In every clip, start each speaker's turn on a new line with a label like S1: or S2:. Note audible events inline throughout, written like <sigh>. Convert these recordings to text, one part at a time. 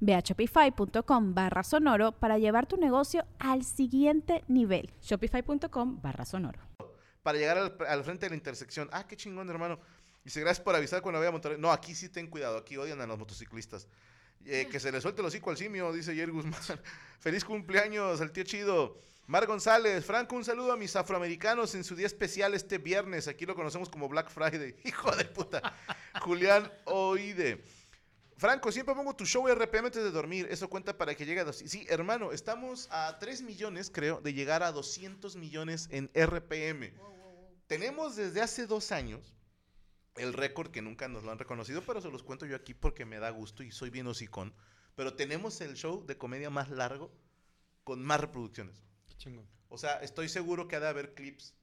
S1: Ve a shopify.com barra sonoro para llevar tu negocio al siguiente nivel.
S2: Shopify.com barra sonoro.
S3: Para llegar al, al, frente de la intersección. Ah, qué chingón, hermano. Y se gracias por avisar cuando vaya a Monterrey. No, aquí sí ten cuidado, aquí odian a los motociclistas. Eh, que se le suelte el hocico al simio, dice Yer Guzmán. <laughs> Feliz cumpleaños al tío chido. Mar González, Franco, un saludo a mis afroamericanos en su día especial este viernes. Aquí lo conocemos como Black Friday. <laughs> Hijo de puta. Julián Oide. Franco, siempre pongo tu show RPM antes de dormir. Eso cuenta para que llegue a... Dos... Sí, hermano, estamos a 3 millones, creo, de llegar a 200 millones en RPM. Wow, wow, wow. Tenemos desde hace dos años el récord que nunca nos lo han reconocido, pero se los cuento yo aquí porque me da gusto y soy bien hocicón. Pero tenemos el show de comedia más largo con más reproducciones.
S4: Qué chingón.
S3: O sea, estoy seguro que ha de haber clips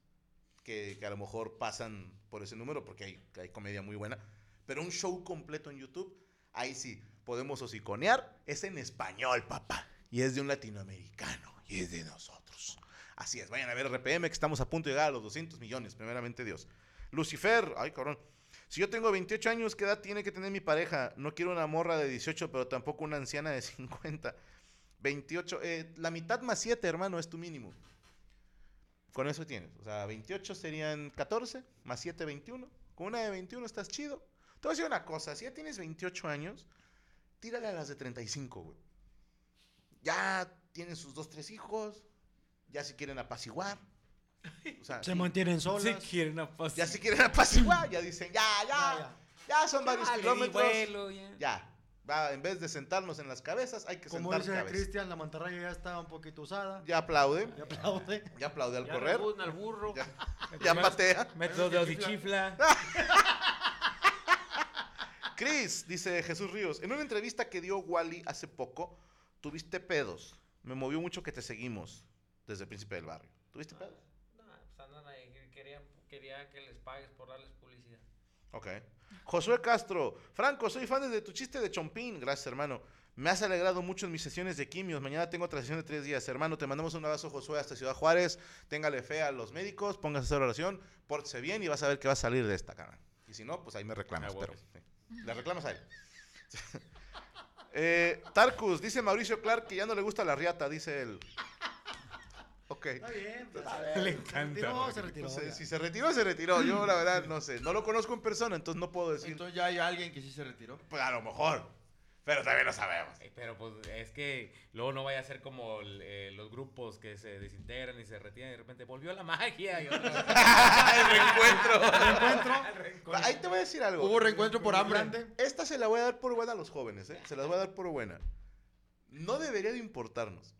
S3: que, que a lo mejor pasan por ese número porque hay, hay comedia muy buena. Pero un show completo en YouTube ahí sí, podemos hociconear, es en español, papá. Y es de un latinoamericano, y es de nosotros. Así es, vayan a ver RPM, que estamos a punto de llegar a los 200 millones, primeramente Dios. Lucifer, ay cabrón. Si yo tengo 28 años, ¿qué edad tiene que tener mi pareja? No quiero una morra de 18, pero tampoco una anciana de 50. 28, eh, la mitad más 7, hermano, es tu mínimo. Con eso tienes. O sea, 28 serían 14, más 7, 21. Con una de 21 estás chido. Te voy a decir una cosa, si ya tienes 28 años, tírale a las de 35, güey. Ya tienen sus dos, tres hijos, ya se quieren apaciguar.
S4: O sea, se sí, mantienen solos.
S5: Se quieren apaciguar.
S3: Ya se quieren <laughs> apaciguar, ya dicen, ya,
S4: Ah,
S3: ya, ya, ya son
S6: Ah,
S3: ya, varios kilómetros. Vuelo, ya. ya. Va, en vez de sentarnos en las cabezas, hay que
S4: Como
S3: sentar cabezas.
S4: Cristian, la mantarraya ya está un poquito usada.
S3: Ya aplaude.
S4: Ya aplaude.
S3: Ya aplaude al correr.
S5: al burro.
S7: <laughs>
S3: Ya, ya patea.
S5: Método de chifla.
S3: Chris, dice Jesús Ríos, en una entrevista que dio Wally hace poco, tuviste pedos. Me movió mucho que te seguimos desde el príncipe del barrio. ¿Tuviste
S6: no,
S3: pedos?
S6: No, pues andan ahí, quería, quería, que les pagues por darles publicidad.
S3: Ok. Josué Castro, Franco, soy fan desde tu chiste de Chompín. Gracias, hermano. Me has alegrado mucho en mis sesiones de quimios. Mañana tengo otra sesión de tres días. Hermano, te mandamos un abrazo, Josué, hasta Ciudad Juárez. Téngale fe a los médicos, póngase a hacer oración, pórtese bien y vas a ver que va a salir de esta, cara. Y si no, pues ahí me reclamas, ah, pero... Sí. La reclamas a él. <laughs> eh, Tarkus, dice Mauricio Clark que ya no le gusta la riata, dice él. Ok.
S4: Está bien. Pues, eh, le encanta. Se retiró, se retiró.
S3: Entonces, si se retiró, se retiró. Yo, la verdad, no sé. No lo conozco en persona, entonces no puedo decir.
S4: Entonces ya hay alguien que sí se retiró.
S3: Pues a lo mejor. Pero también lo
S4: <laughs>
S3: sabemos.
S6: <laughs> Pero pues es que luego no vaya a ser como eh, los grupos que se desintegran y se retiran y de repente volvió la magia. Y otra
S3: el
S4: reencuentro. ¿El reencuentro? El reencuentro.
S3: Ahí te voy a decir algo.
S4: Hubo reencuentro por hambre.
S3: Esta se la voy a dar por buena a los jóvenes, ¿eh? Se las voy a dar por buena. No debería de importarnos.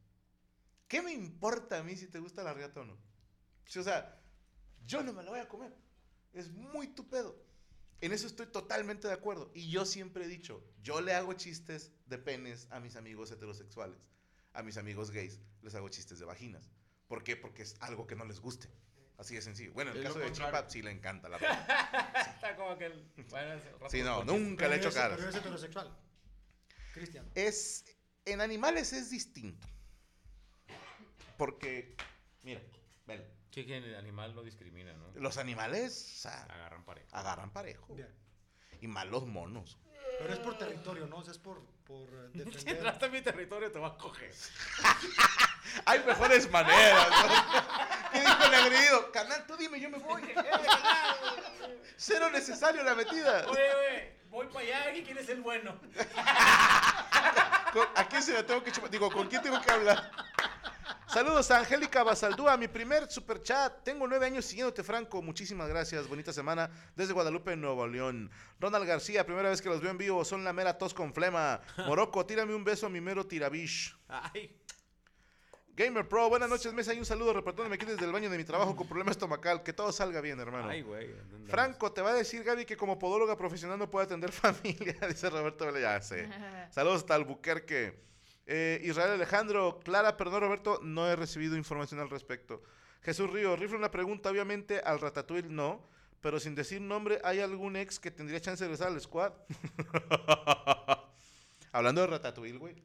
S3: ¿Qué me importa a mí si te gusta la riata o no? Si, o sea, yo no me la voy a comer. Es muy tu pedo. En eso estoy totalmente de acuerdo. Y yo siempre he dicho, yo le hago chistes de penes a mis amigos heterosexuales. A mis amigos gays les hago chistes de vaginas. ¿Por qué? Porque es algo que no les guste. Así de sencillo. Bueno, en el caso de Chimpap sí le encanta
S4: <laughs>
S3: la
S6: sí. Está como que el, bueno, es el
S3: Sí, no, nunca
S4: pero
S3: le he hecho
S4: cara. Pero es heterosexual. Cristian.
S3: Es en animales es distinto. Porque mira, vele.
S6: Sí, que el animal no discrimina, ¿no?
S3: Los animales o sea,
S6: agarran parejo. <laughs>
S3: Agarran parejo. Bien. Y más los monos.
S4: Pero es por territorio, ¿no? O sea, es por, por eh,
S3: <laughs>
S4: defender.
S6: Si entraste a mi territorio, te vas a coger.
S3: Hay mejores maneras. ¿no? <laughs> ¿Qué dijo el agredido? Canal, tú dime, yo me voy. <laughs> Cero necesario la metida.
S6: Oye, oye, voy para allá y quién es el bueno.
S3: ¿A quién se la tengo que chupar? Digo, ¿con quién tengo que hablar? Saludos a Angélica Basaldúa, mi primer super chat. Tengo nueve años siguiéndote, Franco. Muchísimas gracias. Bonita semana desde Guadalupe, Nuevo León. Ronald García, primera vez que los veo en vivo. Son la mera tos con flema. Morocco, tírame un beso a mi mero tirabish.
S6: Ay,
S3: Gamer Pro, buenas noches, mesa y un saludo. Reportándome aquí desde el baño de mi trabajo con problema estomacal. Que todo salga bien, hermano.
S6: ay, güey. ¿dónde andamos?
S3: Franco, te va a decir Gaby que como podóloga profesional no puede atender <laughs> familia, dice Roberto Vela. Ya sé. Saludos hasta Albuquerque. Eh, Israel Alejandro, Clara, perdón Roberto, no he recibido información al respecto. Jesús Río, rifle una pregunta, obviamente al Ratatouille no, pero sin decir nombre, ¿hay algún ex que tendría chance de regresar al squad? <laughs> Hablando de Ratatouille, güey,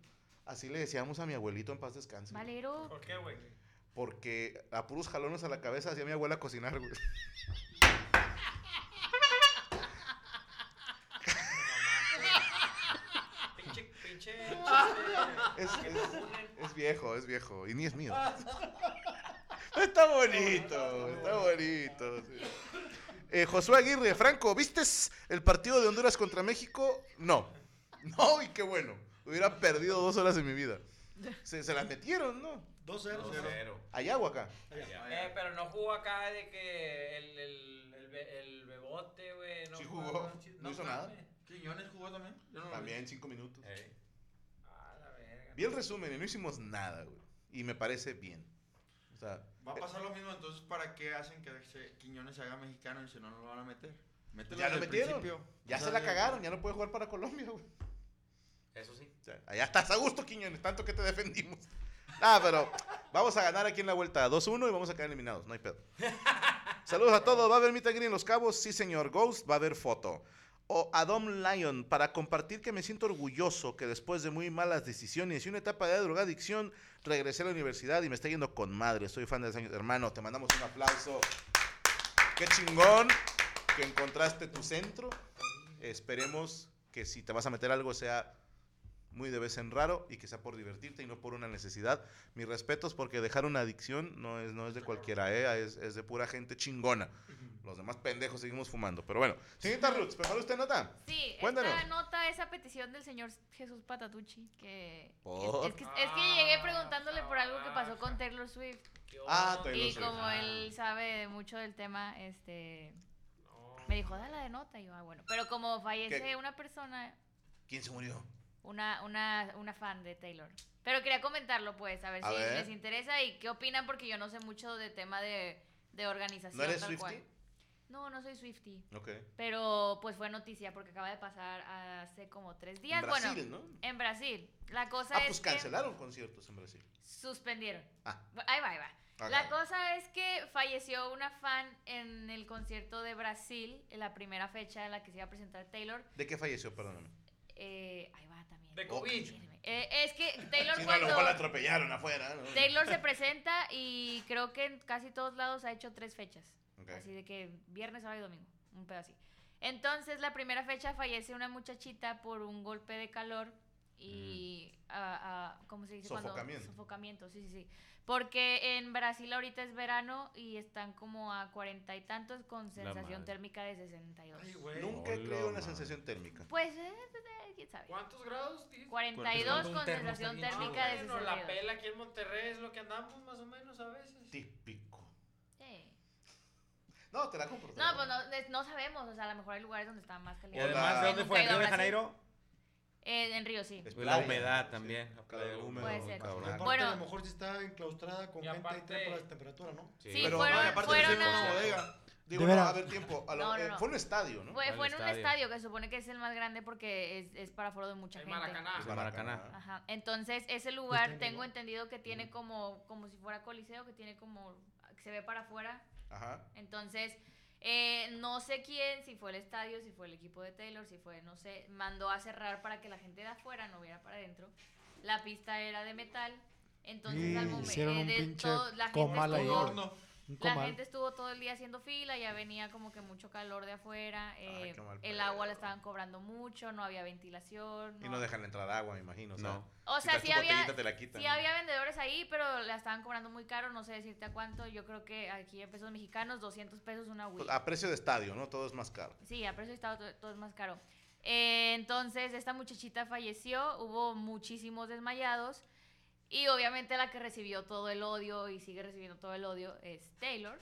S3: así le decíamos a mi abuelito en paz descanse.
S8: Valero.
S5: ¿Por qué, güey?
S3: Porque a puros jalones a la cabeza hacía mi abuela cocinar, güey.
S5: Pinche, pinche.
S3: Es, es- es viejo, es viejo. Y ni es mío. Ah. <laughs> Está bonito, está bonito. sí. Eh, Josué Aguirre, Franco, ¿vistes el partido de Honduras contra México? No. No, y qué bueno. Hubiera perdido dos horas de mi vida. Se, se las metieron, ¿no?
S4: 2-0.
S6: Cero.
S3: Allá o acá.
S4: Allá.
S7: Eh, pero no jugó acá de que el, el, el, be- el bebote, güey. No
S3: Sí jugó, no hizo nada.
S7: mames.
S5: ¿Quiñones jugó también? Yo no lo vi.
S3: También cinco minutos.
S6: Ey.
S7: Ah, la verga.
S3: Eh, Vi el resumen y no hicimos nada, güey. Y me parece bien. O sea,
S9: Va a pasar lo mismo, entonces, ¿para qué hacen que se- Quiñones se haga mexicano y si no no lo van a meter? Mételo
S3: ya lo
S9: desde el
S3: metieron.
S9: principio.
S3: Ya
S9: O
S3: se
S9: sea,
S3: la
S9: ya-
S3: cagaron, ya no puede jugar para Colombia, güey.
S6: Eso sí.
S3: O sea, Allá estás a gusto, Quiñones, tanto que te defendimos. Ah, pero vamos a ganar aquí en la vuelta 2-1 y vamos a quedar eliminados, no hay pedo. Saludos a todos, ¿va a haber Meet and Greet en Los Cabos? Sí, señor. Ghost, va a haber foto. O Adam Lion, para compartir que me siento orgulloso que después de muy malas decisiones y una etapa de drogadicción, regresé a la universidad y me está yendo con madre. Soy fan de años. Hermano, te mandamos un aplauso. Qué chingón que encontraste tu centro. Esperemos que si te vas a meter algo sea muy de vez en raro y que sea por divertirte y no por una necesidad. Mis respetos porque dejar una adicción no es, no es de cualquiera, ¿eh? es, es de pura gente chingona. Los demás pendejos seguimos fumando. Pero bueno, señorita Roots, ¿mejor usted nota?
S8: Sí,
S3: Cuéntanos.
S8: esta nota es a petición del señor Jesús Patatucci, que
S3: ¿Por?
S8: es, es que, es que llegué preguntándole por algo que pasó con Taylor Swift.
S7: ¿Qué hubo?
S3: Ah, Taylor
S8: Y
S3: Swift.
S8: como él sabe mucho del tema, este me dijo, dale de nota. Y yo, ah, bueno. Pero como fallece
S3: ¿Qué?
S8: una persona,
S3: ¿Quién se murió?
S8: una, una, una fan de Taylor. Pero quería comentarlo, pues, a ver
S3: A
S8: si
S3: ver.
S8: les interesa y qué opinan, porque yo no sé mucho de tema de, de organización.
S3: ¿No eres
S8: tal cual.
S3: Swiftie?
S8: No, no soy Swifty.
S3: Ok.
S8: Pero pues fue noticia porque acaba de pasar hace como tres días.
S3: En Brasil,
S8: bueno,
S3: ¿no?
S8: en Brasil. La cosa
S3: Ah,
S8: es
S3: pues
S8: que
S3: cancelaron conciertos en Brasil.
S8: suspendieron.
S3: Ah.
S8: Bu- Ahí va, ahí va.
S3: Ah,
S8: La
S3: cabrón.
S8: cosa es que falleció una fan en el concierto de Brasil, en la primera fecha en la que se iba a presentar Taylor.
S3: ¿De qué falleció? Perdóname.
S8: Eh, ahí va también.
S7: De
S3: Oh,
S7: COVID.
S8: Eh, es que Taylor
S3: Si no, a lo
S8: cuando...
S3: mejor la atropellaron afuera. ¿no?
S8: Taylor se presenta y creo que en casi todos lados ha hecho tres fechas.
S3: Ok.
S8: Así de que viernes, sábado y domingo. Un pedo así. Entonces, la primera fecha fallece una muchachita por un golpe de calor y.
S6: Mm.
S8: ah, ah, ¿Cómo se dice? cuando-
S3: Sofocamiento.
S8: Sofocamiento, sí, sí, sí. Porque en Brasil ahorita es verano y están como a cuarenta y tantos con sensación
S6: madre.
S8: térmica de 62.
S7: Ay, güey.
S3: Nunca he
S6: Hola,
S3: creído en la
S6: man.
S3: sensación térmica.
S8: Pues, eh, eh, quién sabe.
S7: ¿Cuántos grados? dijiste?
S8: 42
S6: Un
S8: con
S6: termo
S8: sensación
S6: está bien
S7: Ah,
S6: chido.
S8: térmica de
S7: bueno, la
S8: 62.
S7: pela aquí en Monterrey es lo que andamos más o menos a veces.
S3: Típico.
S8: Sí.
S3: No, te la compro. te
S8: No,
S3: la
S8: pues
S3: compro.
S8: no, es- no sabemos. O sea, a lo mejor hay lugares donde está más
S6: Y
S8: caliente.
S6: además, ¿de dónde fue? ¿De
S8: Nunca he ido
S6: Río
S8: a
S6: de
S8: Brasil.
S6: Janeiro?
S8: Eh, en Río, sí.
S3: Es
S6: La
S3: playa,
S6: humedad
S3: sí.
S6: también, la playa
S3: Claro,
S6: húmeda,
S8: Puede ser.
S3: cabrón.
S4: Aparte,
S8: Bueno.
S4: a lo mejor si está enclaustrada con
S7: Y
S4: gente y
S7: aparte-
S4: trepa la temperatura, ¿no?
S8: Sí,
S3: Pero,
S8: fueron,
S3: no, y
S9: aparte
S8: fueron
S9: no sé
S8: a-
S9: cómo
S8: fue-
S9: bodega.
S3: Digo, no,
S4: veras.
S3: a ver tiempo. a lo-
S8: No, no,
S3: eh,
S8: no.
S3: fue un estadio, ¿no?
S8: fue,
S6: Fue al
S8: en un
S6: estadio.
S8: estadio que se supone que es el más grande porque es, es para foro de mucha
S7: El
S8: gente.
S7: Maracaná.
S6: Es Maracaná.
S8: Ajá. Entonces, ese
S4: Está
S8: lugar
S4: en
S8: tengo
S4: Bilbao.
S8: entendido que tiene como, como si fuera coliseo, que tiene como, que se ve para afuera.
S3: Ajá.
S8: Entonces, eh, no sé quién, si fue el estadio, si fue el equipo de Taylor, si fue, no sé, mandó a cerrar para que la gente de afuera no viera para adentro. La pista era de metal. Entonces,
S4: Y
S8: al momento,
S4: hicieron
S8: eh,
S4: un
S8: de
S4: pinche
S8: todo- la gente
S4: comal ahí,
S8: estuvo-
S4: güey.
S9: Horno.
S4: Un
S8: La
S4: comal.
S8: gente estuvo todo el día haciendo fila, ya venía como que mucho calor de afuera, eh,
S3: qué mal
S8: el
S3: pedo.
S8: agua la estaban cobrando mucho, no había ventilación.
S3: Y no dejan entrar agua, me imagino. O sea,
S6: No.
S8: O
S3: si
S8: sea,
S3: traes
S8: sí
S3: tu
S8: había,
S3: botellita, te la quitan.
S8: sí había vendedores ahí, pero la estaban cobrando muy caro, no sé decirte a cuánto, yo creo que aquí en pesos mexicanos, 200 pesos una
S3: Pues,
S8: Wii.
S3: A precio de estadio, ¿no? Todo es más caro.
S8: Sí, a precio de estado todo, todo es más caro. Eh, entonces, esta muchachita falleció, hubo muchísimos desmayados Y obviamente la que recibió todo el odio y sigue recibiendo todo el odio es Taylor,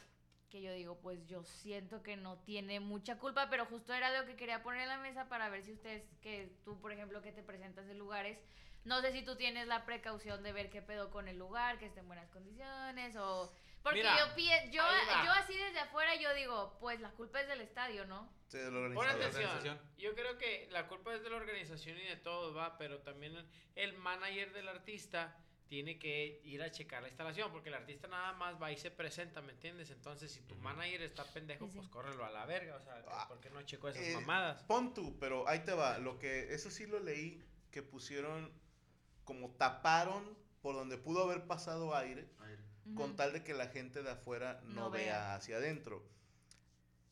S8: que yo digo, pues yo siento que no tiene mucha culpa, pero justo era lo que quería poner en la mesa para ver si ustedes, que tú por ejemplo que te presentas en lugares, no sé si tú tienes la precaución de ver qué pedo con el lugar, que esté en buenas condiciones o... Porque
S6: Mira,
S8: yo, pie- yo,
S6: ahí va.
S8: yo así desde afuera yo digo, pues la culpa es del estadio, ¿no?
S3: Sí, del
S7: Pon
S3: organizador.
S7: atención.
S6: organización.
S7: Yo creo que la culpa es de la organización y de todos, va, pero también el manager del artista tiene que ir a checar la instalación, porque el artista nada más va y se presenta, ¿me entiendes? Entonces, si tu
S6: Ujú.
S7: manager está pendejo,
S8: Sí, sí.
S7: pues córrelo a la verga, o sea,
S3: Ah,
S7: ¿por qué no checó esas
S3: eh,
S7: mamadas?
S3: Pon tú, pero ahí te va. Lo que, eso sí lo leí, que pusieron, como taparon por donde pudo haber pasado aire,
S4: Aire.
S8: Ujú.
S3: con tal de que la gente de afuera no,
S8: No
S3: vea.
S8: vea.
S3: hacia adentro.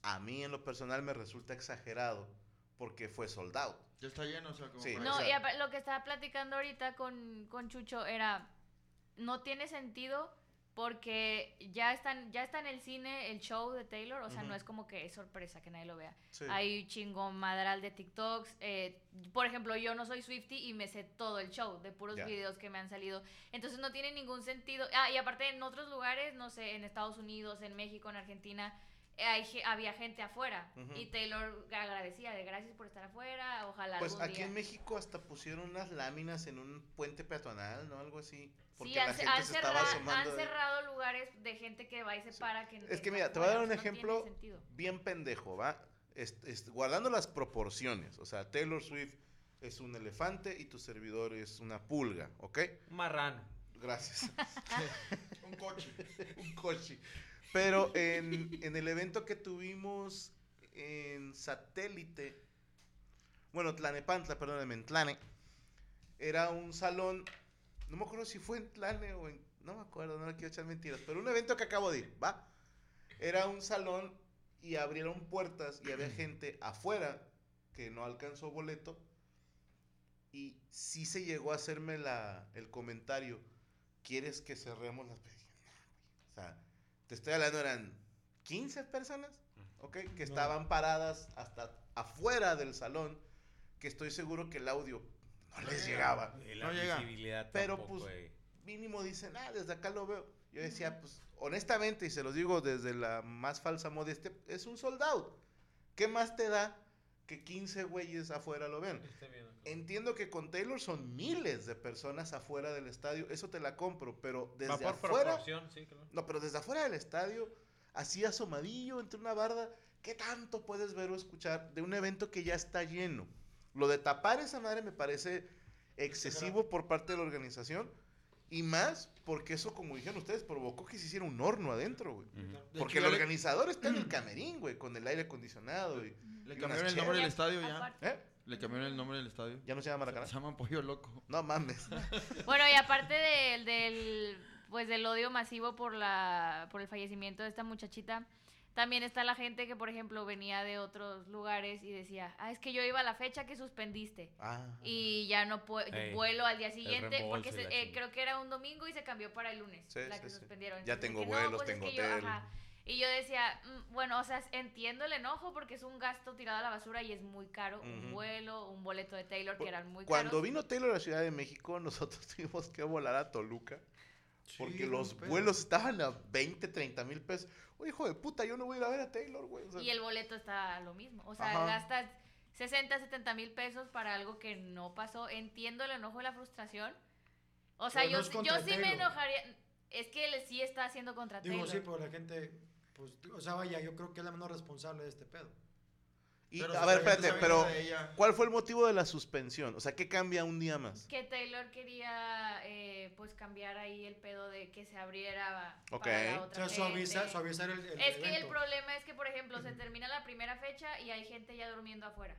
S3: A mí en lo personal me resulta exagerado porque fue soldado.
S4: Ya está lleno, o sea, como
S3: Sí.
S4: para-
S8: No,
S3: Exacto.
S8: y apa- lo que estaba platicando ahorita con, con Chucho era, no tiene sentido porque ya están ya está en el cine el show de Taylor, o sea,
S3: Ujú.
S8: no es como que es sorpresa que nadie lo vea.
S3: Sí.
S8: Hay un chingo madral de TikToks. eh, por ejemplo, yo no soy Swifty y me sé todo el show de puros
S3: Ya.
S8: videos que me han salido. Entonces no tiene ningún sentido. Ah, y aparte en otros lugares, no sé, en Estados Unidos, en México, en Argentina, eh, hay ge- había gente afuera.
S3: Ujú.
S8: Y Taylor agradecía de gracias por estar afuera. Ojalá
S3: Pues
S8: algún
S3: aquí
S8: día".
S3: en México hasta pusieron unas láminas en un puente peatonal, ¿no? Algo así. Porque
S8: Sí,
S3: la
S8: han, ce-
S3: gente
S8: han
S3: se estaba
S8: cerra-
S3: asomando.
S8: han
S3: de-
S8: cerrado lugares de gente que va y se para. Que,
S3: Es que
S8: está
S3: mira, te voy a dar
S8: afuera,
S3: un
S8: o sea, no tiene
S3: ejemplo.
S8: sentido.
S3: bien pendejo, ¿va? Est- est- guardando las proporciones. O sea, Taylor Swift es un elefante y tu servidor es una pulga, ¿ok?
S6: Un marrano.
S3: Gracias.
S4: <laughs> Un coche.
S3: <laughs> un coche. Pero en, en el evento que tuvimos en satélite, bueno, Tlanepantla, perdóname, en Tlane, era un salón, no me acuerdo si fue en Tlane o en, no me acuerdo, no le quiero echar mentiras, pero un evento que acabo de ir, ¿va? Era un salón y abrieron puertas y había gente afuera que no alcanzó boleto y sí se llegó a hacerme la, el comentario, ¿quieres que cerremos las o sea, te estoy hablando, eran 15 personas, ¿ok? Que estaban paradas hasta afuera del salón, que estoy seguro que el audio no les llegaba.
S6: Eh, La
S4: No llega.
S6: visibilidad
S3: Pero,
S6: tampoco,
S3: pues,
S6: eh.
S3: Mínimo dicen, ah, desde acá lo veo. Yo decía, pues, honestamente, y se los digo desde la más falsa modestia, es un sold out. ¿Qué más te da que 15 güeyes afuera lo vean? Entiendo que con Taylor son miles de personas afuera del estadio, eso te la compro, pero desde
S7: Va por
S3: afuera
S7: proporción, sí, claro.
S3: No, pero desde afuera del estadio, así asomadillo entre una barda, ¿qué tanto puedes ver o escuchar de un evento que ya está lleno? Lo de tapar esa madre me parece excesivo por parte de la organización y más porque eso, como dijeron ustedes, provocó que se hiciera un horno adentro, güey.
S6: Ujú.
S4: De
S3: Porque
S4: hecho,
S3: el
S4: ya le-
S3: organizador está en
S4: <clears throat>
S3: el camerín, güey, con el aire acondicionado y...
S4: Le
S3: y
S4: cambiaron
S3: unas
S4: el
S3: chelas.
S4: nombre del estadio ya.
S8: Aparte-
S3: ¿Eh?
S4: Le cambiaron el nombre del estadio.
S3: ¿Ya no se llama Maracaná?
S4: Se llaman Pollo Loco.
S3: No mames.
S8: Bueno, y aparte del, del, pues del odio masivo por la por el fallecimiento de esta muchachita, también está la gente que, por ejemplo, venía de otros lugares y decía, ah, es que yo iba a la fecha que suspendiste.
S3: Ah.
S8: Y ya no puedo,
S6: Ey,
S8: vuelo al día siguiente,
S6: reembolso
S8: porque
S6: y
S8: se-
S6: la
S8: eh,
S6: chingada.
S8: creo que era un domingo y se cambió para el lunes,
S3: Sí,
S8: la
S3: sí,
S8: que
S3: sí.
S8: suspendieron.
S3: Ya
S8: Entonces
S3: tengo
S8: dije,
S3: vuelos,
S8: es
S3: tengo
S8: que yo,
S3: hotel".
S8: ajá. Y yo decía, "Mm, bueno, o sea, entiendo el enojo porque es un gasto tirado a la basura y es muy caro, un
S3: Ujú.
S8: vuelo, un boleto de Taylor, que eran muy caros.
S3: Cuando vino Taylor a la Ciudad de México, nosotros <laughs> tuvimos que volar a Toluca. Porque los vuelos estaban a 20, 30 mil pesos. Oye, hijo de puta, yo no voy a ir a ver a Taylor, güey. O sea,
S8: Y el boleto está lo mismo. O sea,
S3: Ajá.
S8: gastas 60, 70 mil pesos para algo que no pasó. Entiendo el enojo y la frustración. O sea,
S4: Pero
S8: yo,
S4: no es
S8: sí- yo
S4: contra
S8: sí me
S4: Taylor.
S8: enojaría. Es que él sí está haciendo contra
S4: Digo,
S8: Taylor.
S4: sí, pero la gente, pues, o sea, vaya, yo creo que es la menos responsable de este pedo.
S3: y-
S9: Pero
S3: a
S9: si
S3: ver,
S9: la gente
S3: espérate,
S9: se
S3: pero
S9: avienta de ella,
S3: ¿cuál fue el motivo de la suspensión? O sea, ¿qué cambia un día más?
S8: Que Taylor quería, eh, pues, cambiar ahí el pedo de que se abriera
S3: Ok.
S8: para la
S4: O
S8: otra
S4: sea, suaviza,
S8: gente.
S4: suavizar el, el
S8: Es que el
S4: evento.
S8: problema es que, por ejemplo, se termina la primera fecha y hay gente ya durmiendo afuera.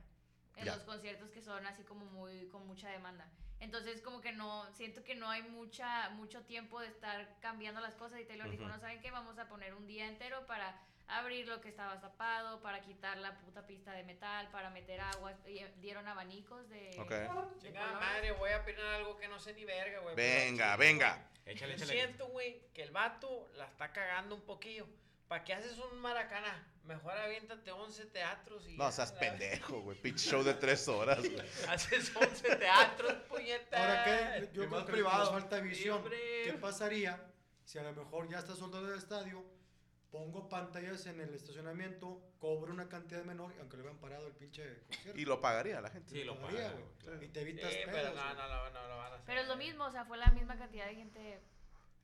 S8: En
S3: Ya.
S8: los conciertos que son así como muy, con mucha demanda. Entonces, como que no, siento que no hay mucha, mucho tiempo de estar cambiando las cosas. Y Taylor dijo,
S3: Ujú.
S8: no saben qué, vamos a poner un día entero para abrir lo que estaba tapado, para quitar la puta pista de metal, para meter agua. Y, eh, dieron abanicos de...
S3: Ok.
S8: de
S7: Chingada
S8: colores.
S7: madre, voy a opinar algo que no sé ni verga, güey. pero
S3: Venga,
S7: chingada.
S3: venga.
S6: Échale,
S7: Yo
S6: échale.
S7: siento, güey, que el vato la está cagando un poquillo. ¿Para qué haces un maracaná? Mejor aviéntate un 11 teatros y.
S3: No
S7: ya,
S3: seas
S7: la-
S3: pendejo, güey. Pinche show de tres horas, güey.
S7: Haces 11 teatros, puñetas.
S4: Ahora qué, yo
S9: Y
S4: creo
S9: más
S4: que
S9: privado.
S4: nos falta visión.
S7: hombre.
S4: ¿Qué pasaría si a lo mejor ya está soldado del estadio? Pongo pantallas en el estacionamiento, cobro una cantidad menor, aunque le hubieran parado el pinche concierto.
S3: Y lo pagaría la gente.
S6: Sí, lo
S4: Todavía,
S6: paga,
S4: güey.
S6: güey, claro.
S4: Y te evitas
S7: Sí, pero
S4: pedos,
S7: no,
S4: güey.
S7: no, no, no lo van a hacer.
S8: Pero es lo mismo, o sea, fue la misma cantidad de gente.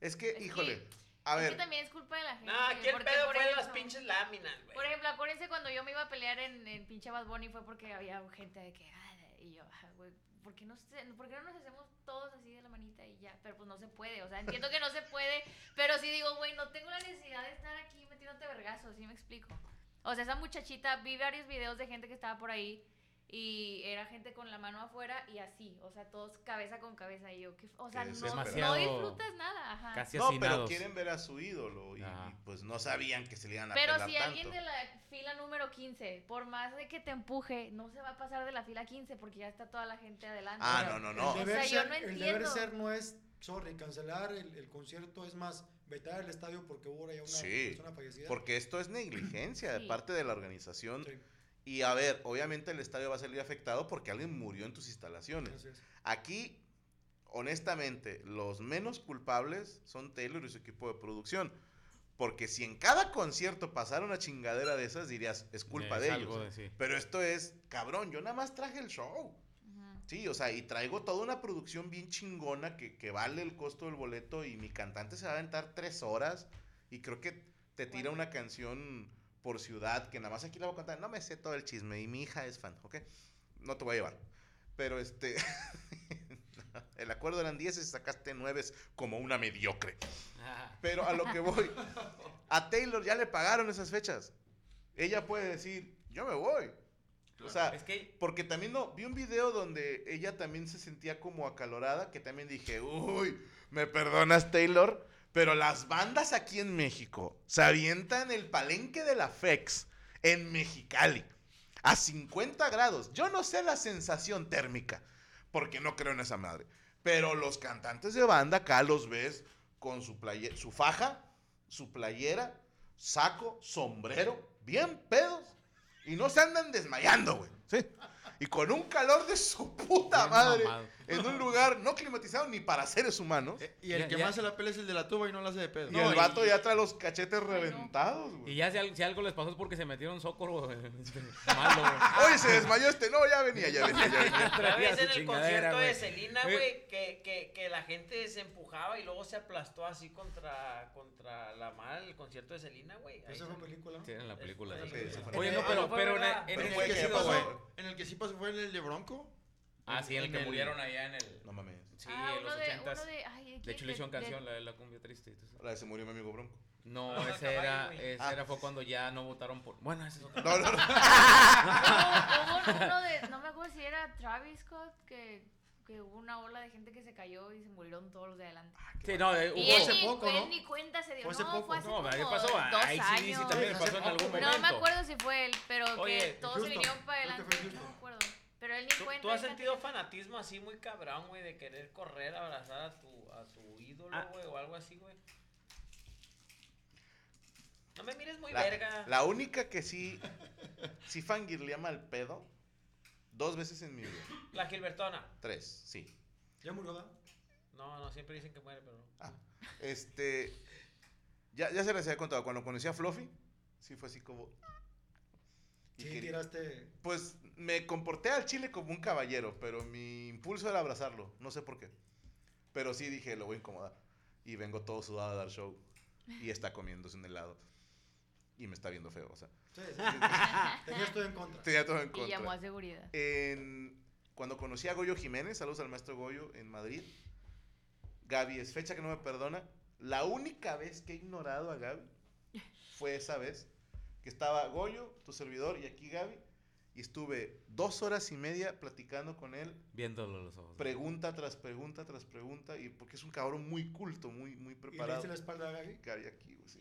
S3: Es que,
S8: Es que-
S3: híjole. A
S8: es que
S3: ver,
S8: también es culpa de la gente.
S7: No, aquí el
S8: porque,
S7: pedo
S8: por
S7: fue las
S8: ejemplo-
S7: pinches láminas,
S8: Por
S7: güey.
S8: ejemplo, acuérdense cuando yo me iba a pelear en, en pinche Bad Bunny fue porque había gente de que, ah, y yo, ah, güey, ¿por qué, no se- por qué no nos hacemos todos así de la manita y ya? Pero pues no se puede, o sea, entiendo que no se puede, pero sí digo, güey, no tengo la necesidad de estar aquí metiéndote vergazos, ¿sí me explico? O sea, esa muchachita, vi varios videos de gente que estaba por ahí y era gente con la mano afuera y así, o sea, todos cabeza con cabeza y yo, ¿qué f- o sea,
S3: Que
S8: no,
S3: es
S8: no
S6: demasiado-
S8: disfrutas nada, ajá.
S6: Casi
S3: no, pero
S6: hacinados.
S3: quieren ver a su ídolo. Y,
S6: Ajá.
S3: y, pues no sabían que se le iban a
S8: Pero
S3: pelar
S8: si
S3: tanto.
S8: alguien de la fila número 15, por más de que te empuje, no se va a pasar de la fila 15 porque ya está toda la gente adelante.
S3: Ah,
S8: O sea,
S3: no, no, no.
S4: El deber,
S8: O sea, yo
S4: ser,
S8: no
S4: el
S8: entiendo.
S4: deber ser no es, sorry, cancelar el, el concierto, es más, vetar el estadio porque hubo ya una
S3: Sí,
S4: persona fallecida.
S3: Porque esto es negligencia de
S8: Sí.
S3: parte de la organización.
S4: Sí,
S3: Y a ver, obviamente el estadio va a salir afectado porque alguien murió en tus instalaciones.
S4: así es.
S3: Aquí, honestamente, los menos culpables son Taylor y su equipo de producción. Porque si en cada concierto pasara una chingadera de esas, dirías, es culpa
S6: Es
S3: de
S6: algo
S3: ellos. ¿eh?
S6: de- sí.
S3: Pero esto es, cabrón, yo nada más traje el show.
S8: Ujú.
S3: Sí, o sea, y traigo toda una producción bien chingona que, que vale el costo del boleto y mi cantante se va a aventar tres horas y creo que te tira una canción por ciudad que nada más aquí la voy a contar. No me sé todo el chisme y mi hija es fan, ¿ok? No te voy a llevar. Pero este, <laughs> el acuerdo eran 10 y sacaste 9 como una mediocre.
S6: Ah,
S3: Pero a lo que voy, a Taylor ya le pagaron esas fechas. Ella puede decir, yo me voy. O sea,
S6: es que
S3: porque también no, vi un video donde ella también se sentía como acalorada, que también dije, uy, me perdonas Taylor, pero las bandas aquí en México se avientan el palenque de la FEX en Mexicali a 50 grados. Yo no sé la sensación térmica, porque no creo en esa madre, pero los cantantes de banda acá los ves con su, playe- su faja, su playera, saco, sombrero, bien pedos. Y no se andan desmayando, güey. Sí. Y con un calor de su puta
S6: Bien
S3: madre.
S6: mamado.
S3: En un lugar no climatizado ni para seres humanos.
S9: Y el
S6: Ya-
S9: que
S6: ya-
S9: más se la pelea es el de la tuba y no la hace de pedo.
S3: Y
S9: Eh, No,
S3: el
S9: y-
S3: vato ya trae los cachetes
S8: no.
S3: reventados,
S6: Y
S3: güey.
S6: ya si, al- si algo les pasó es porque se metieron socorro. <laughs> este, Malo, güey.
S3: Oye, se desmayó este. No, ya venía, ya venía, ya
S6: <laughs>
S3: venía.
S7: La vez
S6: Su
S7: en el
S6: chingadera,
S7: concierto
S6: güey.
S7: de Selena,
S6: Oye.
S7: güey, que, que, que la gente se empujaba y luego se aplastó así contra, contra la mar el concierto de Selena, güey. Ahí
S4: Esa fue
S7: se-
S4: película, ¿no?
S6: Sí, en la película.
S7: Esa
S6: sí.
S3: película fue-
S6: Oye, no,
S7: Esa
S8: Ah,
S6: pero,
S7: fue
S6: pero en,
S7: verdad.
S6: en e-
S3: Pero
S6: el
S3: fue
S9: el que sí
S3: ejemplo,
S6: concierto,
S9: pasó-
S6: güey.
S9: en el que sí pasó fue el de Bronco.
S6: Ah, sí, en el que
S9: en el-
S6: murieron allá en el.
S3: No mames.
S6: Sí,
S8: Ah,
S6: en los
S8: uno de,
S6: ochentas.
S8: uno de, ay, ¿de
S6: De
S8: quién?
S6: hecho, le hicieron
S8: De- de- <laughs>
S6: canción, la de la cumbia triste. y todo eso.
S3: Ahora se murió mi amigo Bronco.
S6: No,
S7: Ah,
S6: ese era,
S7: caballo, güey.
S6: ese
S3: Ah.
S6: era fue cuando ya no votaron por. Bueno, ese es otro.
S3: No, no, no.
S8: Hubo- hubo uno de, no me acuerdo si era Travis Scott, que, que hubo una ola de gente que se cayó y se murieron todos los de adelante.
S6: Sí, no, de-
S8: y
S6: hubo-
S8: él,
S4: hace
S8: ni,
S4: poco,
S8: él
S4: ¿no?
S8: ni cuenta se dio.
S4: Fue hace
S8: no,
S4: poco.
S8: fue hace
S6: No,
S8: como
S6: pero ¿qué pasó?
S8: dos
S6: Ay, sí, sí,
S8: años.
S6: también le pasó en
S4: No,
S6: algún
S4: me
S6: momento.
S8: No me acuerdo si fue él, pero que
S7: Oye,
S8: todos se
S4: Houston.
S8: vinieron para
S4: Creo que
S8: adelante.
S4: fue en
S8: No me
S4: Houston.
S8: acuerdo. Pero él ni
S7: ¿Tú,
S8: cuenta.
S7: tú has
S8: él
S7: sentido
S8: cantó-
S7: fanatismo así muy cabrón, güey, de querer correr, abrazar a tu, a tu ídolo,
S6: Ah.
S7: güey, o algo así, güey? No me mires muy verga.
S3: La, la única que sí, sí fangirlea mal pedo, dos veces en mi vida.
S7: La Gilbertona.
S3: Tres, sí.
S4: Ya murió, ¿verdad?
S7: No, no, siempre dicen que muere, pero no.
S3: Ah, Este. Ya, ya se les había contado. Cuando conocí a Fluffy, sí fue así como. y
S4: Sí,
S3: quería-
S4: tiraste.
S3: Pues me comporté al chile como un caballero, pero mi impulso era abrazarlo. No sé por qué. Pero sí dije, lo voy a incomodar. Y vengo todo sudado a dar show. Y está comiéndose un helado. Y me está viendo feo, o sea. <laughs>
S4: Sí, sí, sí. Tenías todo en contra.
S3: Tenía todo en
S8: Y llamó
S3: contra.
S8: a seguridad.
S3: En- cuando conocí a Goyo Jiménez, saludos al maestro Goyo en Madrid. Gaby es fecha que no me perdona. La única vez que he ignorado a Gaby fue esa vez que estaba Goyo, tu servidor, y aquí Gaby. Y estuve dos horas y media platicando con él,
S6: Viéndolo los ojos.
S3: pregunta tras pregunta tras pregunta, y porque es un cabrón muy culto, muy, muy
S4: Y le
S3: preparado.
S4: diste la espalda a Gaby.
S3: Gaby aquí, güey, sí.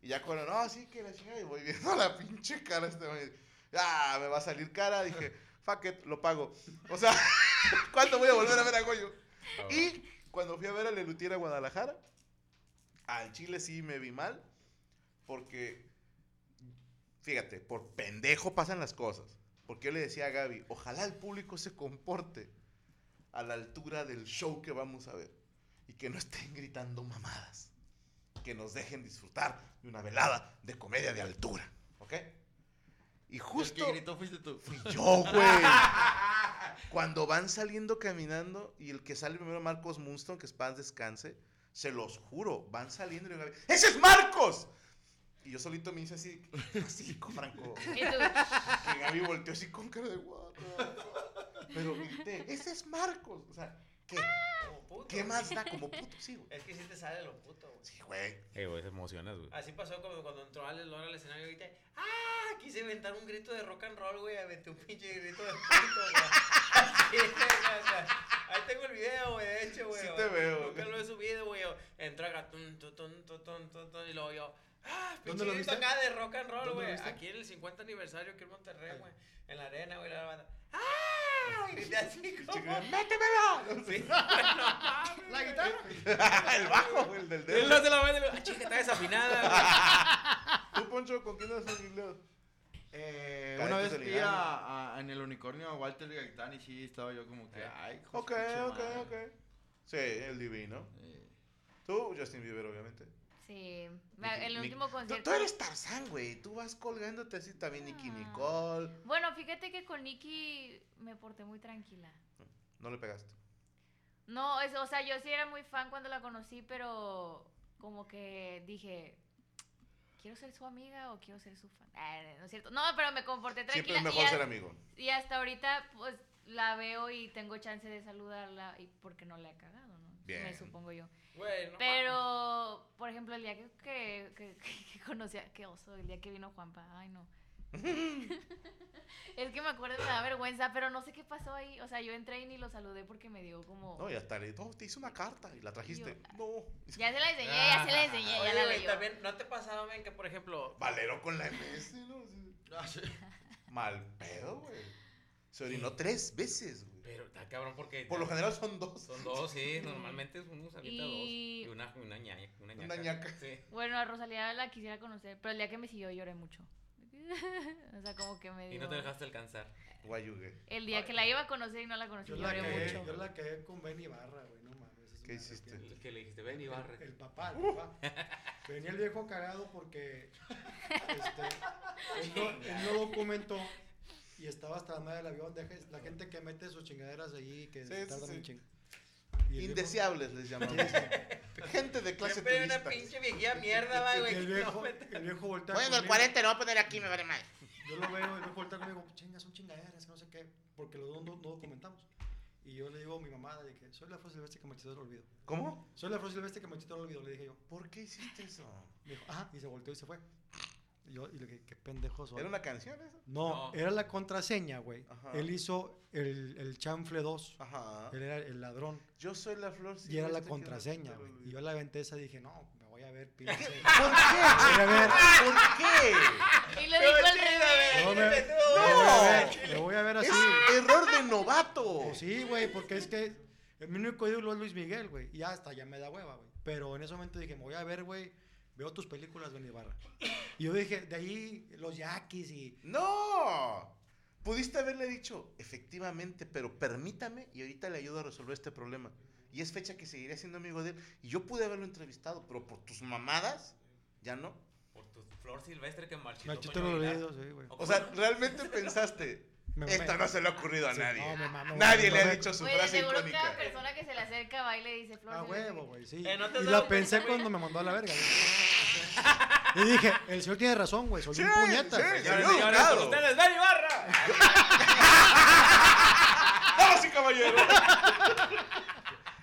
S4: Y
S3: Y ya cuando, no, sí, que la chingada, y voy viendo <laughs> la pinche cara este güey. Ah, me va a salir cara, dije, fuck it, lo pago. O sea, <laughs> ¿cuándo voy a volver a ver a Goyo?
S6: Ah,
S3: Y cuando fui a ver a Lelutier a Guadalajara, al Chile sí me vi mal, porque fíjate, por pendejo pasan las cosas. Porque yo le decía a Gaby, ojalá el público se comporte a la altura del show que vamos a ver. Y que no estén gritando mamadas. Que nos dejen disfrutar de una velada de comedia de altura. ¿Ok? Y justo...
S9: El que gritó fuiste tú.
S3: Fui Pues yo, güey. <laughs> Cuando van saliendo caminando y el que sale primero Marcos Munston, que es paz descanse, se los juro, van saliendo y yo, ¡Ese es Marcos! Y yo solito me hice así, así, con Franco.
S8: Y tú,
S3: Y Gaby volteó así con cara de what the fuck". Pero grité, ese es Marcos. O sea, ¿qué,
S5: Como puto.
S3: ¿qué más da? Como puto, sí, güey.
S5: Es que sí te sale lo puto, güey.
S3: Sí, güey. <laughs>
S6: Eh, güey, se emocionas, güey.
S5: Así pasó como cuando entró Alex Lora al escenario y ahorita. ¡Ah! Quise inventar un grito de rock and roll, güey. Aventé un pinche grito de puto, güey. <laughs> Así, güey, o sea, Ahí tengo el video, güey, de hecho, güey.
S3: Sí te veo,
S5: Nunca
S3: güey.
S5: lo he subido, güey. Entró acá, tun, tun, tun, tun, tun, tun, tun, y luego yo. ¡Ah!
S4: ¿Dónde
S5: Pinche
S4: lo
S5: grito
S4: viste?
S5: acá de rock and roll,
S4: ¿Dónde lo
S5: güey.
S4: viste?
S5: Aquí en el 50 aniversario, aquí en Monterrey, güey. En la arena, güey, la banda.
S4: <laughs>
S5: ¡Ah! Grité así como.
S3: ¡Métemelo!
S5: Sí, güey, no
S4: La
S5: mames, güey.
S4: guitarra.
S3: el bajo, güey, el del
S5: Y luego
S3: dedo.
S5: se la vende, le digo, "Ah, chinga, está desafinada,
S3: Tú, Poncho, ¿con quién haces el video?
S9: Eh,
S3: Cadetes
S9: <laughs> una vez
S3: de
S9: fui
S3: Linares.
S9: a, a- en el unicornio a Walter Gaitán y sí, estaba yo como que,
S6: Eh.
S9: ay, hijo de
S3: Ok,
S9: pinche
S3: ok,
S9: madre".
S3: ok. Sí, el divino.
S9: Eh,
S3: Tú, Justin Bieber, obviamente.
S8: sí. Me-
S3: Nicki-
S8: El
S3: Nic-
S8: último
S3: Tú,
S8: concierto.
S3: tú eres Tarzán, güey. Tú vas colgándote así también,
S8: Ah.
S3: Nicky Nicole.
S8: Bueno, fíjate que con Nicky me porté muy tranquila.
S3: No le pegaste.
S8: No, es, o sea, yo sí era muy fan cuando la conocí, pero como que dije, quiero ser su amiga o quiero ser su fan. Ah, no es cierto. No, pero me comporté
S3: Siempre
S8: tranquila.
S3: es
S8: y,
S3: mejor
S8: has-
S3: ser amigo.
S8: y hasta ahorita, pues, la veo y tengo chance de saludarla y porque no la he cagado, ¿no? Me
S3: Bien.
S8: supongo yo.
S5: <laughs> güey. no
S8: Pero, por ejemplo, el día que, que, que, <laughs> que conocí a... Qué oso, el día que vino Juanpa. Ay, no. es que me acuerdo, me da vergüenza, pero no sé qué pasó ahí. O sea, yo entré y ni lo saludé porque me dio como...
S3: No, y hasta le oh, te hice una carta y la trajiste. No.
S8: Ya se la enseñé, ya se la enseñé, ya
S5: Oye,
S8: la
S5: güey,
S8: leyó.
S5: también, ¿no te ha pasado, men, que por ejemplo...
S3: Valero con la MS, ¿no? Sí.
S9: ah, sí.
S3: Mal pedo, güey. Se orinó tres veces, güey.
S6: Pero está cabrón porque...
S3: Por lo general son dos.
S6: Son dos, sí. Normalmente es uno salita dos.
S8: Y-
S6: Y una, una ñaña. Una ñaca.
S3: Una ñaca.
S6: Sí.
S8: Bueno, a Rosalía la quisiera conocer, pero el día que me siguió lloré mucho. <laughs> o sea, como que me
S6: Y
S8: dio...
S6: no te dejaste alcanzar.
S3: Guayugue.
S8: El día que la iba a conocer y no la conocí,
S4: Yo la
S8: lloré
S4: cagué,
S8: mucho.
S4: yo la cagué con Benny Barra, güey, no mames. eso
S3: ¿Qué
S4: me
S3: hiciste?
S4: arrepiento.
S6: Que le dijiste, ven y barre.
S4: El, el papá, el papá. Venía el viejo cagado porque este,
S8: <laughs>
S4: él, no, él no documentó y estaba hasta la madre del avión. Deja, la gente que mete sus chingaderas allí que
S3: Sí,
S4: se
S3: sí,
S4: tardan
S3: sí.
S4: un chingo. Y el viejo-
S3: Indeseables les llamamos. Gente de clase
S5: Siempre hay una
S3: turista.
S5: pinche viejía mierda,
S4: <laughs>
S5: va,
S4: y
S5: güey.
S4: el
S5: que no
S4: viejo,
S5: me-
S4: el viejo voltea
S10: Bueno, el
S4: conmigo.
S10: 40 lo voy a poner aquí, me vale mal.
S4: Yo lo veo, el viejo voltea conmigo, chingas, son chingaderas, no sé qué, porque los dos no, no documentamos. Y yo le digo a mi mamá de que soy la flor silvestre que Machito lo olvido.
S3: ¿Cómo?
S4: Soy la flor silvestre que Machito lo olvido, le dije yo.
S3: ¿Por qué hiciste eso?
S4: Me dijo, ah, y se volteó y se fue. Y yo, y le dije, qué pendejo soy.
S3: ¿Era una canción esa?
S4: No,
S5: No.
S4: era la contraseña, güey.
S3: Ajá.
S4: Él hizo el, el chanfle 2.
S3: Ajá.
S4: Él era el ladrón.
S3: Yo soy la flor.
S4: Y era
S3: silvestre
S4: la
S3: que
S4: contraseña,
S3: no te lo
S4: güey. Y
S3: olvido.
S4: yo la aventé esa y dije, no, me voy
S3: <laughs>
S4: a ver, pinche.
S3: ¿Por
S4: Voy a
S3: qué?
S4: ver.
S3: ¿Por qué?
S8: Y lo dijo al
S5: Chida,
S8: revés.
S4: No,
S5: güey,
S4: me,
S5: chile,
S4: me voy a ver,
S5: tú.
S4: me voy a ver así.
S3: Es error de novato.
S4: Pues sí, güey, porque es que el mi único ídolo es Luis Miguel, güey. Y ya hasta ya me da hueva, güey. Pero en ese momento dije, me voy a ver, güey. Veo tus películas, Benny Barra. Y yo dije, de ahí los yaquis y.
S3: No. Pudiste haberle dicho, efectivamente, pero permítame y ahorita le ayudo a resolver este problema. Y es fecha que seguiré siendo amigo de él. Y yo pude haberlo entrevistado, pero por tus mamadas, ya no.
S6: Por tu flor silvestre que marchitó.
S4: Machito
S6: Toño
S4: los
S6: Aguilar.
S4: dedos, sí, güey.
S6: O
S3: O sea, realmente pensaste,
S4: Me
S3: esto
S4: mamé.
S3: no se le ha ocurrido a
S4: Sí,
S3: nadie.
S4: no, me mamé, güey,
S3: nadie
S4: me
S3: le ha
S4: mamé.
S3: dicho su
S8: Güey, de
S3: frase
S8: seguro cada
S3: icónica.
S8: persona que se le acerca va y le dice flor
S4: A
S8: silvestre
S4: Ah, huevo,
S8: que-
S4: güey, sí.
S5: Eh, ¿no te
S4: y
S5: has
S4: la
S5: dado
S4: pensé
S5: cuenta, güey?
S4: cuando me mandó a la verga. güey. Y dije, el señor tiene razón, güey, soy
S3: Sí,
S4: un puñeta.
S3: sí,
S4: güey.
S3: sí.
S5: Señores, señores,
S3: Educado.
S5: con ustedes, Dani Barra.
S3: ¡Ah, sí, caballero!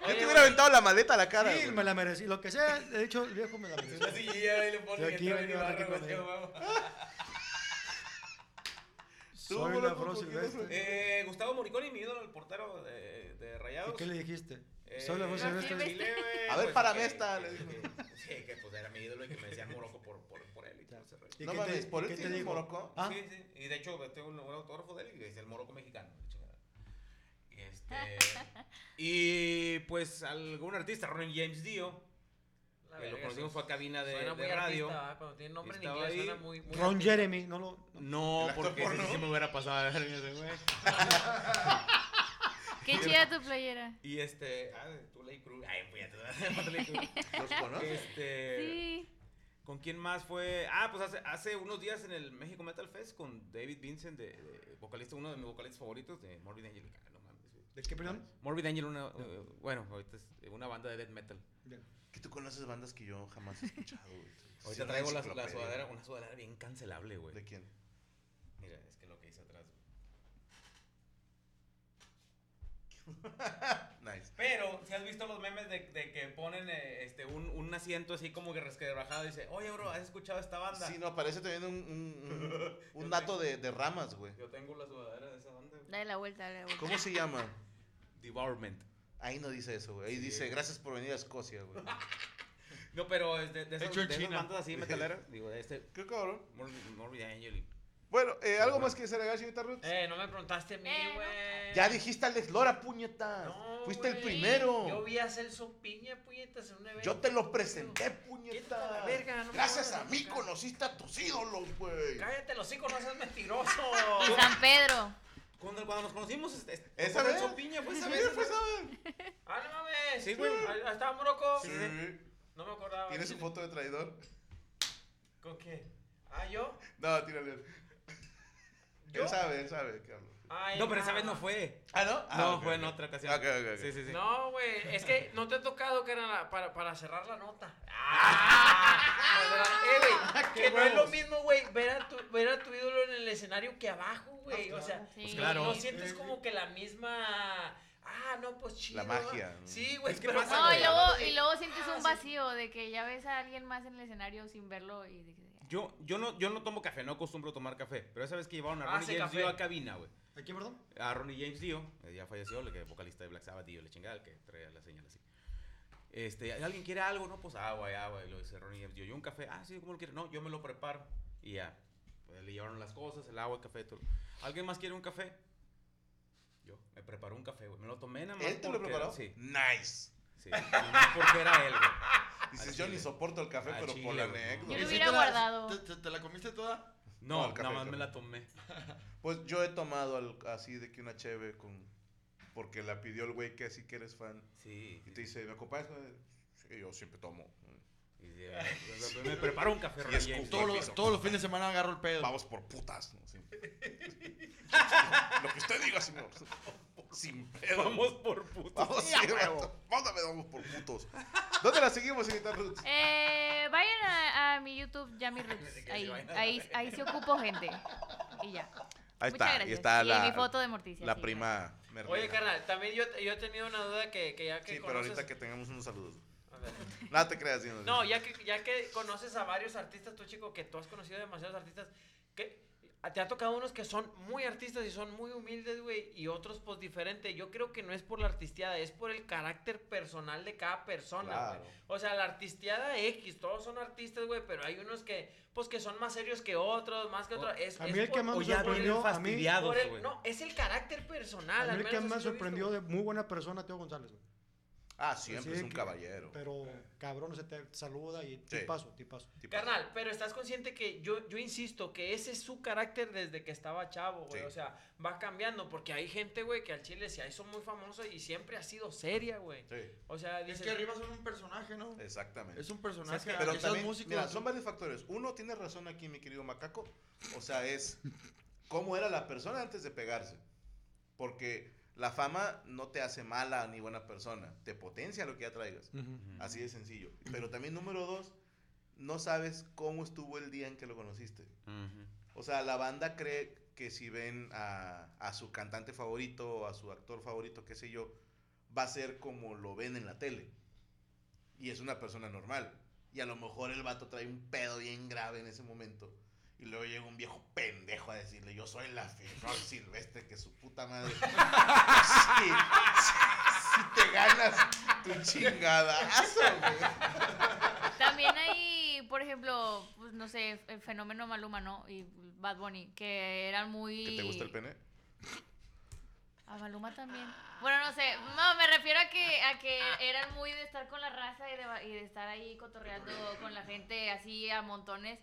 S3: Yo te hubiera aventado la maleta a la cara.
S4: Sí,
S3: güey.
S4: me la merecí. Lo que sea, de hecho, el viejo me la merecí.
S5: Así llega y le pone
S4: Yo aquí,
S5: entra Dani
S4: yo
S5: Barra,
S4: aquí
S5: güey,
S4: con
S5: qué
S4: él.
S5: huevo.
S3: Tú,
S4: Soy
S3: boludo,
S4: la flor
S3: ¿por qué no
S4: silvestre.
S5: Eh, Gustavo Moriconi, mi ídolo, el portero de, de
S4: ¿Y
S5: Rayados.
S4: qué le dijiste?
S5: Eh,
S4: Soy la flor
S8: no,
S4: silvestre.
S8: silvestre.
S5: Chile, güey,
S3: A ver,
S5: pues,
S3: párame
S5: que-
S3: esta,
S5: que-
S3: le dijo.
S5: que- Sí, que pues era mi ídolo y que me decían Morocco por, por, por él y todo ese rollo.
S4: ¿Y
S3: No
S4: qué te-
S3: mames, ¿por
S4: y
S3: él
S4: qué te
S3: tienes
S4: dijo?
S3: Morocco?
S4: Ah,
S5: Sí, sí. Y de hecho,
S6: este,
S5: tengo un, un autógrafo de él y es el moroco mexicano. la chingada. Y <laughs> este. y pues algún artista, Ronnie James Dio. La
S6: que lo
S5: verga,
S6: conocimos
S5: sí.
S6: fue a cabina de,
S5: Suena
S6: de
S5: muy
S6: radio.
S5: artista, ¿verdad? Cuando tiene nombre en
S6: Estaba
S5: inglés
S6: ahí.
S5: suena muy, muy
S4: Ron
S5: artista.
S4: Jeremy, no lo. no.
S6: No,
S3: ¿El actor
S6: porque si
S3: porno?
S6: me hubiera pasado a la verga ese güey.
S8: Qué chida tu playera.
S6: Y este, ah, de Tulay Cruz. Ay, pues ya te <laughs> Tulay Cruz.
S3: ¿Los <laughs> conoces?
S6: Este,
S8: Sí.
S6: ¿Con quién más fue? Ah, pues hace, hace unos días en el México Metal Fest con David Vincent, de, de vocalista, uno de mis vocalistas favoritos de Morbid Angel. Ah, no mames, güey.
S4: ¿De qué, perdón?
S6: Morbid Angel, una, eh, bueno, ahorita es una banda de death metal.
S3: Que tú conoces bandas que yo jamás he escuchado, güey. Sí,
S6: Ahorita
S3: una
S6: traigo la, la
S3: enciclopedia.
S6: sudadera, una sudadera bien cancelable, güey.
S3: ¿De quién?
S6: Mira, es que lo que hice atrás. güey.
S3: Nice.
S6: Pero, si has visto los memes de, de que ponen eh, este, un, un asiento así como que resquebrajado y dice, oye, bro, ¿has escuchado esta banda?
S3: Sí, no, aparece también un, un, <laughs> un, un dato de, de ramas, güey.
S6: Yo tengo la sudadera de esa banda. güey.
S8: Dale la vuelta, dale la vuelta.
S3: ¿Cómo se llama?
S6: Devourment.
S3: Ahí no dice eso, güey. Ahí
S6: Sí.
S3: dice, gracias por venir a Escocia, güey.
S6: No, pero es de, de esas,
S7: Hecho en
S6: de esas
S7: China.
S6: bandas así metaleras, digo, de este
S3: <laughs> Qué cabrón.
S6: Morbid, Morbid Angel. y-
S3: Bueno, eh, ¿algo más que se agregar, señorita Ruth?
S5: Eh, no me preguntaste a mí,
S8: Eh, no.
S5: güey.
S3: Ya dijiste Alex Lora, puñetas.
S5: No,
S3: Fuiste el
S5: güey.
S3: primero.
S5: Yo
S3: Yo,
S5: vi a Celso Piña, puñetas, en un evento.
S3: te lo presenté,
S5: Quítate a
S3: puñetas.
S5: la verga, no me
S3: gracias
S5: jodas,
S3: a mí
S5: cabrón.
S3: conociste a tus ídolos, güey.
S5: Cállate los hijos, no seas mentiroso.
S8: Y San Pedro.
S6: Cuando, cuando nos conocimos, este, este,
S3: ¿Esa
S6: fue
S3: vez?
S6: Celso Piña, fue esa
S3: Sí,
S6: vez.
S3: pues, ¿sabes?
S5: ah, no mames.
S6: Sí, güey.
S5: Ah, Estaba moroco.
S6: Sí.
S5: No me acordaba.
S3: ¿Tienes su foto de traidor? <laughs>
S5: ¿Con qué? Ah, yo.
S3: No, tírale.
S5: ¿Yo?
S3: Él sabe, él sabe, Carlos.
S5: Ay,
S6: No, pero esa vez no
S5: ma.
S6: fue.
S3: Ah, ¿no? Ah,
S6: no,
S3: ok,
S6: fue
S3: ok.
S6: en otra ocasión.
S3: Ok, ok, ok.
S6: Sí, sí, sí.
S5: No, güey, es que no te he tocado que era la- para, para cerrar la nota. Ah, para cerrar- eh, güey, que no es lo mismo, güey, ver, a tu- ver a tu ídolo en el escenario que abajo, güey. O sea,
S8: Sí. Pues
S6: claro.
S5: no sientes como que la misma. Ah, no, pues chido.
S3: La magia,
S5: ¿va?
S3: ¿no?
S5: Sí, güey,
S6: Es que
S5: pero-
S6: pasa,
S8: No, y
S6: güey.
S8: luego, y luego sientes
S5: Ah,
S8: un
S5: sí.
S8: vacío de que ya ves a alguien más en el escenario sin verlo y dices,
S6: Yo, yo, no, yo no tomo café, no acostumbro tomar café. Pero esa vez que llevaron a
S5: Ah,
S6: Ronnie
S5: sí,
S6: James
S5: café.
S6: Dio a cabina, güey.
S4: ¿De qué, perdón?
S6: a Ronnie James Dio, eh, ya falleció, el que vocalista de Black Sabbath, Dio, la chingada, el que traía la señal así. Este, ¿alguien quiere algo? No, pues agua, y agua, y lo dice Ronnie James Dio, yo un café, ah, sí, ¿cómo lo quiere? No, yo me lo preparo, y ya, pues, le llevaron las cosas, el agua, el café, todo. ¿Alguien más quiere un café? Yo, me preparó un café, güey, me lo tomé nada más
S3: ¿Él te lo
S6: porque era-
S3: preparó?
S6: Sí,
S3: Nice.
S6: sí, nada más porque era él, güey.
S3: Dices,
S6: Al
S3: yo ni
S6: chile.
S3: soporto el café,
S6: Al
S3: pero
S6: chile,
S3: por la
S6: güey.
S3: anécdota.
S8: Yo lo
S9: ¿Y si
S8: hubiera
S9: te la-
S8: guardado.
S9: ¿Te, te- te la comiste toda?
S6: No,
S3: No, el café,
S6: nada más
S3: el
S6: me
S3: café.
S6: la tomé.
S3: Pues yo he tomado al- así de que una cheve con... Porque la pidió el güey que así que eres fan.
S6: Sí.
S3: Y te dice, ¿me acompañas? Y yo siempre tomo.
S6: y sí, me- pues, me, me preparó un café,
S3: Y
S6: Ronnie
S3: escupió
S6: James.
S9: Todos
S3: Todo
S6: Dio.
S3: lo-
S9: los, todos los fines de semana agarro el pedo.
S3: Vamos por putas. ¿no? Sí. <laughs> Lo que usted diga, señor. Sin pedo.
S6: Vamos por puto.
S3: Vamos, sí, vato. Mándame, vamos por putos. ¿Dónde la seguimos, señorita Ruth?
S8: Eh, vayan a, a mi YouTube, Yami Roots.
S6: que
S8: Ahí,
S6: se vayan a la
S8: ahí, ahí se ocupo gente. Y ya.
S3: Ahí
S8: Muchas
S3: está,
S8: gracias.
S3: y está
S8: Y
S3: la,
S8: mi foto de Morticia.
S3: la
S8: sí,
S3: prima Merlina.
S5: Oye, carnal, también yo, yo he tenido una duda que, que ya
S3: Sí,
S5: que
S3: pero
S5: conoces...
S3: ahorita que tengamos unos saludos.
S5: A ver.
S3: Nada te creas, señor.
S5: No, ya que, ya que conoces a varios artistas, tú chico, que tú has conocido demasiados artistas, que te ha tocado unos que son muy artistas y son muy humildes, güey, y otros pues diferente. Yo creo que no es por la artisteada, es por el carácter personal de cada persona, güey.
S3: Claro.
S5: O sea, la artisteada X, todos son artistas, güey, pero hay unos que pues que son más serios que otros, más que
S6: O-
S5: otros. Es,
S4: a
S5: es
S4: mí el
S5: por-
S4: que más
S6: O
S4: me
S6: ya
S4: sorprendió,
S6: vienen
S4: a mí-
S6: fastidiados,
S5: por el-
S6: güey.
S5: no, es el carácter personal.
S4: A
S5: al
S4: mí el que
S5: menos
S4: más
S5: así lo he
S4: sorprendió
S5: visto,
S4: de muy buena persona, Teo González. güey.
S3: Ah, siempre
S4: Sí,
S3: es un
S4: que-
S3: caballero.
S4: Pero cabrón, se te saluda y te paso, te paso.
S3: Tipo,
S5: Carnal, pero estás consciente que yo, yo insisto que ese es su carácter desde que estaba chavo, güey.
S3: Sí.
S5: O sea, va cambiando porque hay gente, güey, que al chile se hizo muy famosa y siempre ha sido seria, güey.
S3: Sí,
S5: O sea,
S9: Es
S5: dices,
S9: que arriba son un personaje, ¿no?
S3: exactamente.
S9: Es un personaje.
S3: Es que- pero
S9: esas
S3: también,
S9: músicas-
S3: mira, son varios factores. Uno, tiene razón aquí mi querido macaco. O sea, es cómo era la persona antes de pegarse. Porque la fama no te hace mala ni buena persona. Te potencia lo que ya traigas. Así de sencillo. Pero también, número dos, no sabes cómo estuvo el día en que lo conociste.
S6: Ujú.
S3: O sea, la banda cree que si ven a, a su cantante favorito o a su actor favorito, qué sé yo, va a ser como lo ven en la tele. Y es una persona normal. Y a lo mejor el vato trae un pedo bien grave en ese momento. Y luego llega un viejo pendejo a decirle, yo soy la Ferrol Silvestre, que su puta madre. <laughs> Sí, sí, sí te ganas tu chingadazo, güey.
S8: También hay, por ejemplo, pues no sé, el fenómeno Maluma, ¿no? Y Bad Bunny, que eran muy...
S3: ¿Que te gusta el pene?
S8: A Maluma también. Ah. Bueno, no sé. No, me refiero a que, a que eran muy de estar con la raza y de, ba- y de estar ahí cotorreando con la gente así a montones.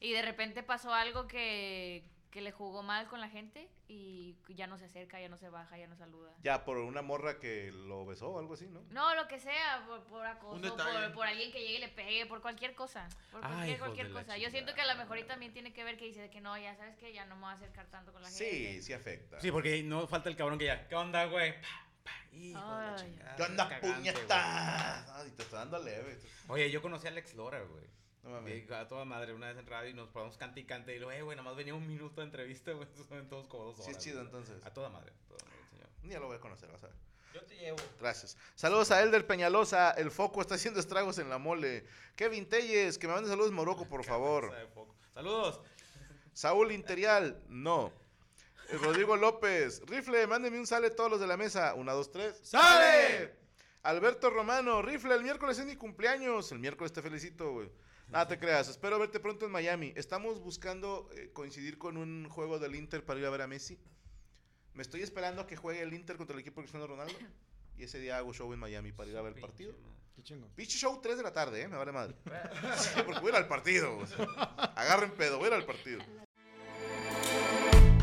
S8: Y de repente pasó algo que, que le jugó mal con la gente y ya no se acerca, ya no se baja, ya no saluda.
S3: Ya, por una morra que lo besó o algo así, ¿no?
S8: No, lo que sea, por, por
S9: Un
S8: acoso,
S9: detalle.
S8: por, por alguien que llegue y le pegue, por cualquier cosa. Por
S6: Ay,
S8: cualquier,
S6: hijos
S8: cualquier
S6: de la
S8: cosa. Yo siento que a lo
S6: chingada.
S8: mejor y también tiene que ver que dice de que no, ya sabes que ya no me voy a acercar tanto con la
S3: Sí,
S8: gente.
S3: sí afecta.
S6: Sí, porque no falta el cabrón que ya, ¿qué onda, güey? Pa, pa, hijo de la
S8: Ay.
S6: chingada.
S3: ¿Qué onda,
S6: cagante, güey.
S3: puñetas? Ay, te está dando leve.
S6: Oye, yo conocí a Alex Lora, güey.
S3: No mames.
S6: Y A toda madre, una vez en radio y nos probamos cante y cante. Y luego, eh, güey, nada más venía un minuto de entrevista, güey. <laughs> Eso son todos como dos horas.
S3: Sí es chido,
S6: güey.
S3: entonces.
S6: A toda madre, a toda madre, el señor.
S3: Un día lo voy a conocer, vas a ver.
S5: Yo te llevo.
S3: Gracias. Saludos a Elder Peñalosa. El foco está haciendo estragos en la mole. Kevin Telles, que me mande saludos Morocco, por favor.
S6: Cabeza de foco. Saludos.
S3: Saúl Interial, no. Eh, Rodrigo López, rifle, mándeme un sale todos los de la mesa. Una, dos, tres.
S6: ¡Sale!
S3: Alberto Romano, rifle, el miércoles es mi cumpleaños. El miércoles te felicito, güey. Nada te creas, espero verte pronto en Miami. Estamos buscando eh, coincidir con un juego del Inter para ir a ver a Messi. Me estoy esperando a que juegue el Inter contra el equipo de Cristiano Ronaldo. Y ese día hago show en Miami para ir a ver el
S6: Pinche
S3: partido.
S6: madre.
S4: Qué chingón.
S3: Pinche show 3 de la tarde, ¿eh? Me vale madre. <laughs> Sí, porque voy a ir al partido. o sea. Agarren pedo, voy a ir al partido.